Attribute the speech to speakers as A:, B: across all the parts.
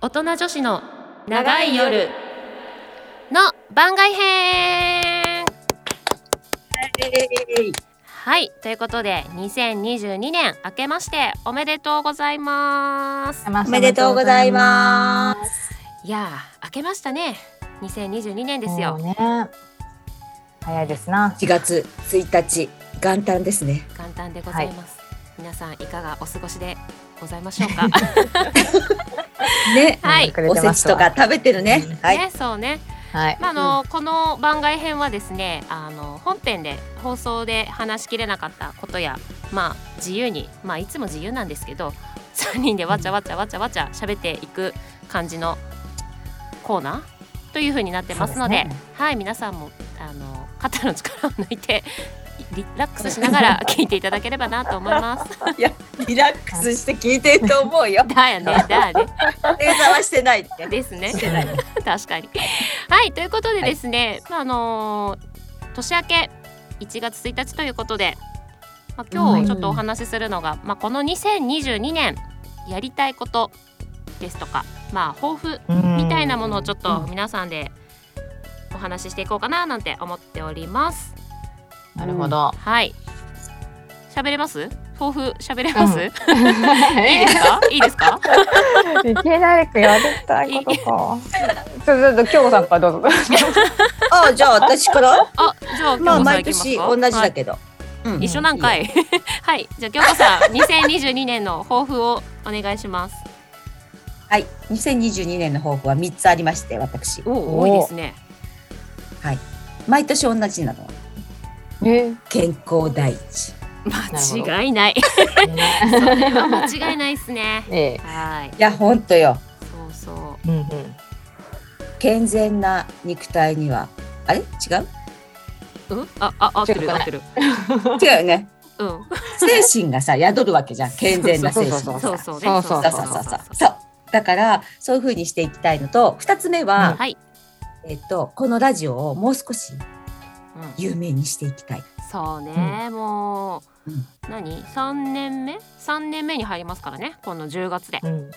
A: 大人女子の長い夜の番外編はいということで2022年明けましておめでとうございます
B: おめでとうございます。
A: いやー明けましたね2022年です
C: も
A: よ
C: うね。早いですな。
B: 4月1日元旦ですね。
A: 簡単でございます、皆さんいかがお過ごしでございましょうか
B: ね、
A: はい
C: くれ
B: お
C: て
B: せ
C: ます
B: ち
C: わ
B: とか。食べてるね。はい。
A: ねそうね
C: はい。
A: まああのこの番外編はですねあの本編で放送で話しきれなかったことや、まあ、自由に、まあ、いつも自由なんですけど3人で わちゃわちゃわちゃわちゃ喋っていく感じのコーナーというふうになってますので
C: そうですね
A: はい、皆さんもあの肩の力を抜いてリラックスしながら聞いていただければなと思います。。
B: いや、リラックスして聞いてると思うよ
A: だよねだよね
B: 目覚ましてないって。
A: ですね。
C: してない
A: 確かに。はいということでですね、まああのー年明け1月1日ということで、まあ、今
C: う
A: 日
C: ん
A: ちょっとお話しするのが、まあ、この2022年やりたいことですとか、まあ、抱負みたいなものをちょっと皆さんでお話ししていこうかななんて思っております。
C: なるほど。
A: はい喋れます抱負喋れます、
C: うん
A: いいですかいいですか
C: いきなり言われたいことか。ちょっと京子さんからどうぞ。
B: ああ、じゃあ私から。
A: あじゃあ
B: ま
A: 京子
B: あ
A: さん
B: 毎
A: いきます
B: 年
A: か
B: 同じ
A: はい
B: だけど。うん
A: 一緒なんかい。 はい、じゃあ京子さん、2022年の抱負をお願いします。
B: はい。2022年の抱負は3つありまして、私。
A: お
C: お
A: 多いですね。
B: 毎年同じなの。
C: え。
B: 健康第一。
A: 間違いない。 間違いないですね。
C: ええ。
A: はい。
B: いや、ほんとよ。
A: そうそ
C: うんうん。
B: 健全な肉体には。あれ違う
A: う。うん、あ、あ、合ってる、合ってる。
B: 違うよね。
A: うん。
B: 精神がさ、宿るわけじゃん。健全な精神がさ。
A: そうそうね。
C: そうそう
B: そうそうそうそうそうだからそういうふうにしていきたいのと2つ目は、
A: はい。
B: えっと、このラジオをもう少
A: う
B: し
A: ん
B: 有名にしていきたい。
A: そうね、もう
B: うん。
A: 何、三年目、三年目に入りますからね。この10月で。
C: うん。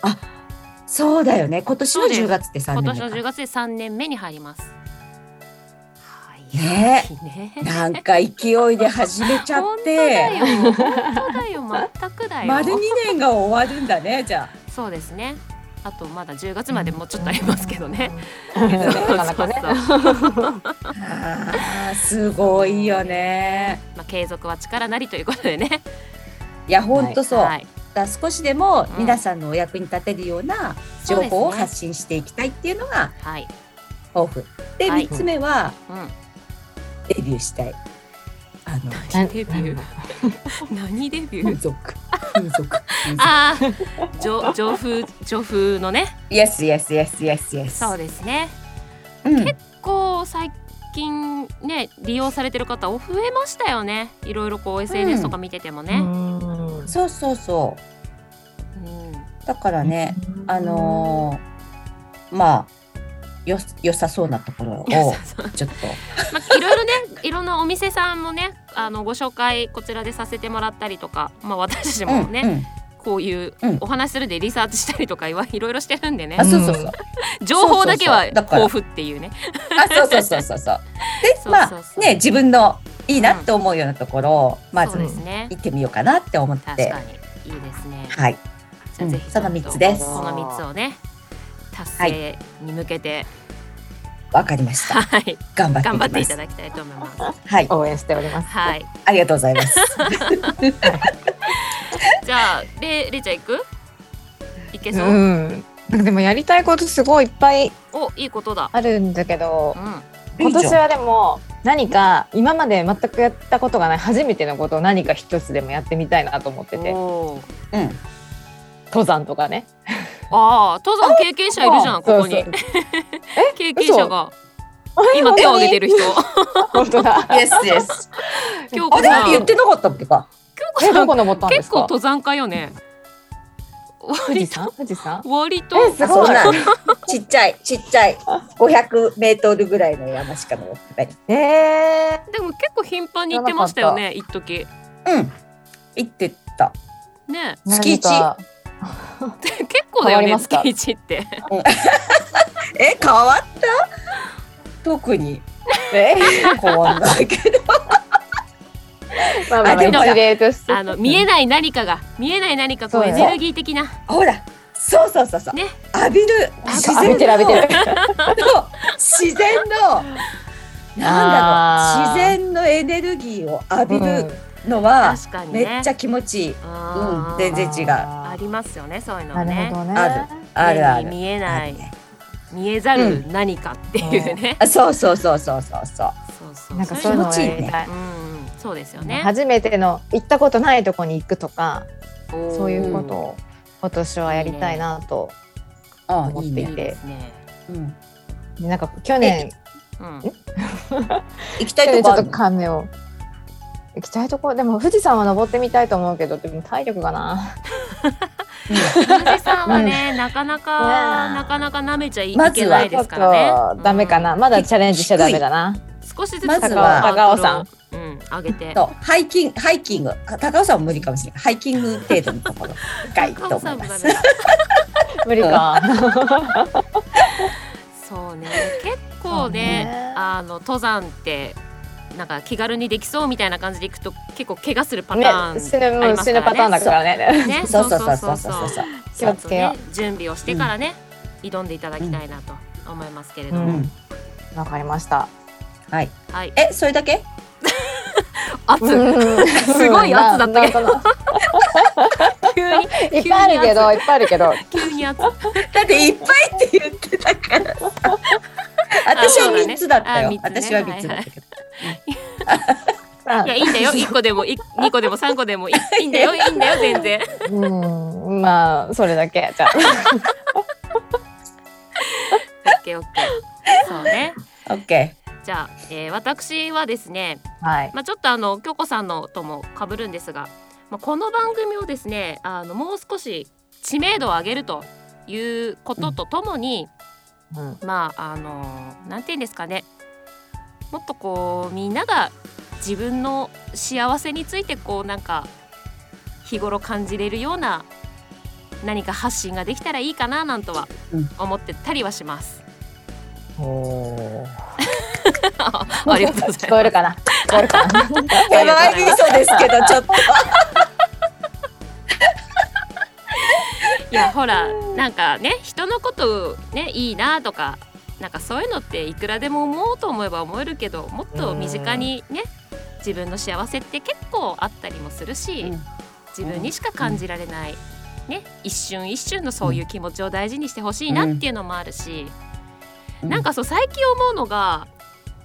B: そうだよね今年の
A: そうです
B: 10月って3
A: 今年
B: 年
A: の
B: 目
A: 10
B: か
A: 月で三年目に入ります。はい。
B: ね
A: ね。
B: なんか勢いで始めちゃっ
A: 本当だ
B: て
A: よ本当だよ全くだよ
B: 丸2年が終わるんだねじゃ
A: そうですねあとまだ10月までもうちょっとありますけどね、。
C: なかなかね。
A: そうそうそう
B: あ。あーすごいよね。
A: まあ継続は力なりということでね
B: いやほんとそう、
A: はい
B: だから少しでも
A: うん
B: 皆さんのお役に立てるような情報を発信していきたいっていうのが
A: はい、
B: 抱負。で
A: はい
B: 3つ目は
A: うん、
B: デビューしたい。あの
A: 何デビュー 何デビュ
B: 風
A: ー
B: 俗風俗風俗
A: ああ女女風女風のね
B: イエスイエスイエスイエスイエス
A: そうですね
B: うん
A: こう最近ね利用されてる方増えましたよねいろいろこう SNS とか見てても
C: う
A: ね、
C: ん。
B: そうそうそ
A: うん
B: うだからね、あのーまあよ良さそうなところを
A: いや そうそう
B: ちょっ
A: まあ、いろいろね いろんなお店さんもねあのご紹介こちらでさせてもらったりとか、まあ、私たち
B: と、
A: も
B: うん
A: ね、
B: うん
A: こういう
B: うん
A: お話しするんでリサーチしたりとかいわいろいろしてるんでね
B: あそうそうそう、
C: うん
B: あ
A: 情報だけは
B: そうそうそうだから
A: 豊富っていうね
B: そうそうそうそうそうで
A: そう
B: ま
A: そう
B: あ
A: そう
B: ね自分のいいなと思うようなところを、ま
A: そ
B: ず
A: うですね
B: 行ってみようかなって思っ
A: 確
B: て
A: かにいいですね
B: はい
A: じゃあぜひ
B: うんその三つです
A: この3つをね達成に向けて
B: わかりま した
A: はい、
B: 頑張っていき
A: 頑張
B: ま
A: っ
B: す
A: ていただきたいと思います
B: はい
C: 応援しております。
A: はい
B: ありがとうござい ます
A: じゃあれれいちゃん行くいけそう、
C: うん。でもやりたいことすごいいっぱい
A: おいいことだ
C: あるんだけど
A: う、ん
C: 今年はでも何か今まで全くやったことがない初めてのことを何か一つでもやってみたいなと思ってて
A: おー
B: うん
C: 登山とかね
A: ああ登山経験者いるじゃんここに
C: そう
A: 経験者が今
C: 本当に
A: 手を挙げてる人
C: 本当だ
B: イエスイエス
A: 京
B: あ
A: 子
B: れ
A: さん
B: 言ってなかったっけか
C: えどこ登ったんで
A: 結
C: す
A: 構
C: か
A: 登山家よね
C: 富士
A: 割と
C: 山富士山
A: 割と
C: えす
B: あ
C: ご
B: そ
C: いう
B: なんねちっちゃいちっちゃい500メートルぐらいの山しか登ってない。
C: え
A: でも結構頻繁に行ってましたよね一時
B: うん。行ってった。
A: ね
C: ー、
B: 月一
C: なんか
A: で結構だよ
C: 変わ
A: ね
C: りますか
A: 月一って。
B: え変わった特に
C: え
B: 変わんないけど
C: まあまあ
B: あでも
C: 一例として
A: あの見えない何かが見えない何かこう
C: そう
A: エ
C: よ
A: ネルギー的な
B: ほらそうそうそうそう、
A: ね
B: 浴びる
A: あ
B: 自
C: あ
B: 然
C: 浴びてる浴びてる
B: の自然のなんだろう自
C: あー
B: 然のエネルギーを浴びる
C: う
B: のは、
A: 確かに
B: め
A: ね。
B: っちゃ気持ちいい、
A: あー
B: うん全然違うん
A: ありますよねそういうの
C: なる
A: ね
C: ほ。どね
B: あるあるあ
A: 目に
B: る
A: 見えな
B: あ
A: い
B: るね
A: 見えざる何かっていうね。
B: あそうそうそうそうそうそう
A: そうそう
C: なんかそういうのをやりたい
A: うんうんそうですよね。
C: 初めての行ったことないとこに行くとかそういうこと
A: を
C: を今年はやりたいなと
B: あ
C: 思っ
B: いい
C: てい
B: ね、
C: て
A: ですね。
B: うん、
C: なんか去年
A: うん
B: 行きた
C: 去
B: いと
C: 年ち
B: こ
C: ょっ
B: あ
C: と
B: る
C: 亀を行きたいところでも富士山は登ってみたいと思うけどでも体力がな
A: 富士山はね、なかなか、
C: ねえ
A: なかなか舐めちゃい,、
B: ま
A: け
B: ずは
A: ない
C: ち
A: で
C: ょっ
A: すから
C: と
A: ね。
C: ダメかな、
A: うん
C: まだチャレンジしちゃダメだな
A: 少しずつ
B: まずは
A: 高尾
C: 高尾
A: 山、うん、上げて。
B: とハイキンハイキングあ高尾さんは無理かもしれないハイキング程度のところがいいと思い
A: さん
B: ま
A: もダ
B: す
A: メだ。
C: 無理か
A: そうね、結構ね、
C: そうね
A: あの登山って。なんか気軽にできそうみたいな感じで行くと結構怪我するパターン、
C: ね死ぬもう死ぬパターンだからね
A: ね
B: そうそうそうそうそうそう
C: 気をつけ
A: ちゃ
C: よ
A: んとね準備をしてからね、挑んでいただきたいなと思いますけれど
C: う
A: も、
B: うんん
C: わかりました
B: はい
A: はい
B: えそれだけ
A: 熱いす
C: す
A: ごい圧だったけ
C: ど
A: 急に
C: いっぱいあるけどいっぱいあるけど
A: 急に熱い
B: だっていっぱいって言ってたからさ私
A: あそうだ
B: は
A: ね
B: 三つだったよ、
A: あ三つね
B: 私は三つだったけど、
A: いやいいんだよ一個でもい二個でも三個でもいいいいんだよいいんだよ全然
C: うんまあそれだけじゃあ
A: オッケーオッケーそうね
B: オッケ
A: じゃあ、えー私はですね
C: はい
A: まあ、ちょっとあの京子さんのとも被るんですが、まあ、この番組をですねあのもう少し知名度を上げるということとともに、
C: うん
A: まああのなんて言うんですかねもっとこうみんなが自分の幸せについてこうなんか日頃感じれるような何か発信ができたらいいかななんとは
B: うん
A: 思ってたりはし ます。
C: おー
A: ありがとうございま
C: 聞こ
A: す
C: えるかな聞こえる かな
B: ーやばいそうですけどちょっと
A: いやほらなんかね人のことねいいなとかなんかそういうのっていくらでも思おうと思えば思えるけどもっと身近にね自分の幸せって結構あったりもするし、
B: うん
A: 自分にしか感じられない、ね、一瞬一瞬のそういう気持ちを大事にしてほしいなっていうのもあるし、
B: うん
A: なんかそう最近思うのが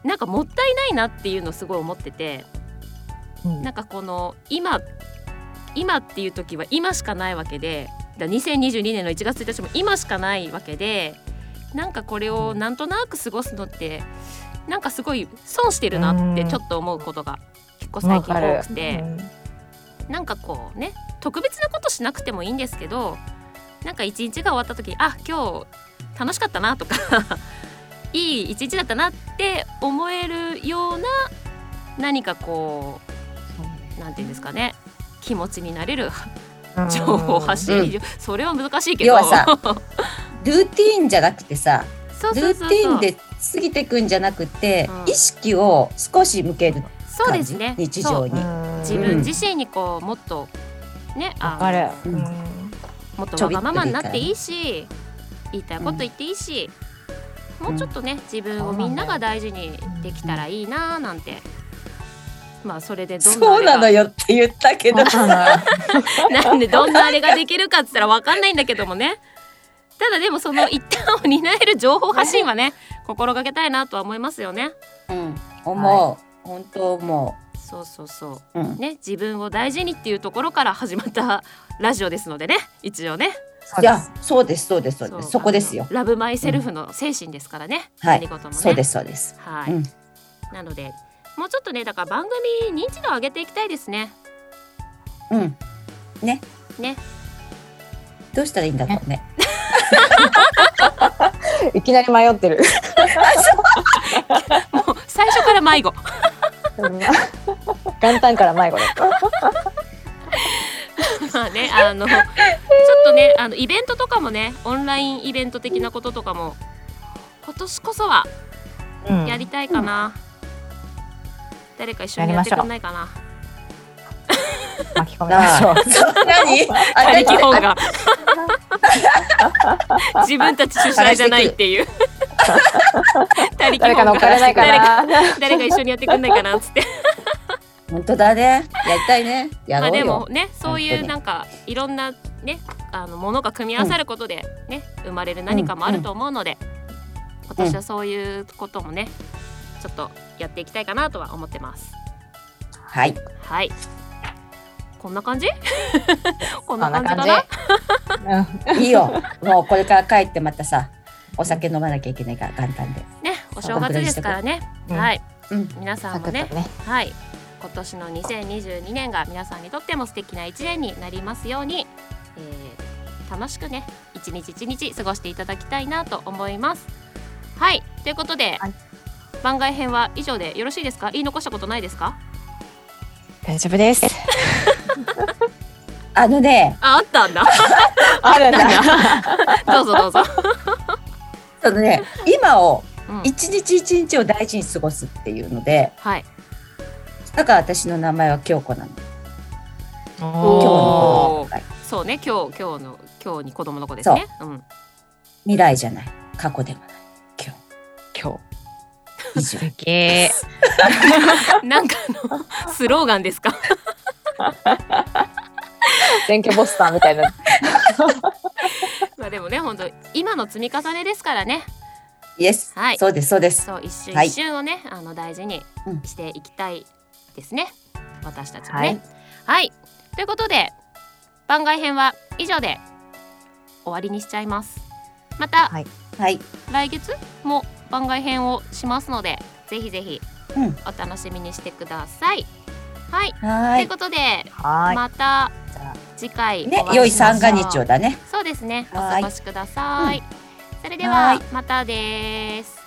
A: なんかもったいないなっていうのをすごい思ってて
C: うん
A: なんかこの今今っていう時は今しかないわけでだ2022年の1月1日も今しかないわけでなんかこれをなんとなく過ごすのってなんかすごい損してるなって
C: うん
A: ちょっと思うことが結構最近多くて
C: わかる
A: なんかこうね特別なことしなくてもいいんですけどなんか一日が終わった時にあ今日楽しかったなとか いい一日だったなって思えるような何かこうなんていうんですかね気持ちになれる
C: うん
A: 情報発信、それは難しいけど
B: 要はさルーティーンじゃなくてさ
A: そう
B: ル
A: そうそうそう
B: ーティーンで過ぎていくんじゃなくて、
A: うん
B: 意識を少し向ける
A: そう
B: 感
A: で
B: じ、
A: すね
B: 日
A: そ
B: 常
A: う
B: に
C: う。ん
A: 自分自身にこうもっとね
C: わ
A: あ
C: かる
B: う
C: うんん
A: もっとわがままになっていいし言いたいこと言っていいし、もうちょっとね自分をみんなが大事にできたらいいなーなんて、まあそれでどんな
B: そうな
A: あ
B: の
A: れ
B: よって言ったけど
C: わかんない
A: がなんでどんなあれができるかっつったらわかんないんだけどもねただでもその一端を担える情報発信はね心がけたいなとは思いますよね
B: うん思う、本当思、
A: そうそうそう
B: うん
A: うね自分を大事にっていうところから始まったラジオですのでね一応ね
C: そう
B: い
C: で
B: や
C: す
B: そうですそうですそう
A: そ
B: で
A: う
B: すそこですよ
A: あのラブマイセルフの精神ですからね、
B: はい
A: 何事もね
B: そうですそうです
A: はい、
B: うん
A: なのでもうちょっとねだから番組認知度を上げていきたいですね
B: うんね
A: ね
B: どうしたらいいんだろ うね
C: いきなり迷ってる
A: もう最初から迷子
C: 元旦から迷子だった
A: まあねあのちょっとねあのイベントとかもねオンラインイベント的なこととかも今年こそは
C: うん
A: やりたいかな、誰か一緒にやってくんないかな
C: 巻き込みま しょう。
B: 何あ
A: 他
B: で
A: 力
B: き
A: 本 が自分たち主催じゃないっていう 他力
C: 誰
A: 本
C: か乗
A: が
C: っかれないかな。
A: 誰か一緒にやってくんないかなっつって
B: 本当だねやりたいねや
A: ま
B: ろ
A: あ
B: う
A: で
B: よ、
A: もねそうい
B: 本当
A: う
B: に
A: なんかいろんなねあのものが組み合わさることでね、生まれる何かもあると思うので、今年はそういうこともねちょっとやっていきたいかなとは思ってます
B: はい
A: はいこんな感じこん
C: そ
A: なん感
C: な
A: じかな
C: 感じ。うん
B: いいよもうこれから帰ってまたさお酒飲まなきゃいけないから元旦で
A: ねお正月ですからね、
C: うん
A: はい、
B: うん
A: 皆さ
C: サ
A: んも
C: クッ
A: ね
C: とね。
A: はい今年の2022年が皆さんにとっても素敵な1年になりますように、えー楽しくね一日一日過ごしていただきたいなと思いますはいということで、
C: はい
A: 番外編は以上でよろしいですか言い残したことないですか
C: 大丈夫です。
B: あのね
A: ああったんだ
C: あるんだ。
A: どうぞ どうぞ、
B: そのね今を
A: うん
B: 一日一日を大事に過ごすっていうので
A: はい
B: だから私の名前は京子なの今日
A: おー
B: の子はい
A: そうね今日今日の今日に子供の子ですねうん
B: 未来じゃない過去でもない今
C: 今日。
B: 日 以上
C: す げ
A: なんかあのスローガンですか
C: 電気ポスターみたいな。
A: まあでもね本当今の積み重ねですからね
B: イエス、
A: はい
B: そうですそうです
A: そう一瞬
B: はい
A: 一瞬をね、あの大事にしていきたいですね、私たちもねはい、ということで番外編は以上で終わりにしちゃいますまた
C: はい
B: はい
A: 来月も番外編をしますのでぜひぜひ
B: うん
A: お楽しみにしてくださいはい、
B: は
A: という
B: い
A: ことで、
C: は
A: また
B: じゃあ
A: 次回
B: ね
A: お会
B: 良
A: い
B: い
A: しましょう
B: 三が日をだね
A: そうですねお
B: は
A: 過
B: い
A: ごしくださいそれで
B: は
A: はいまたです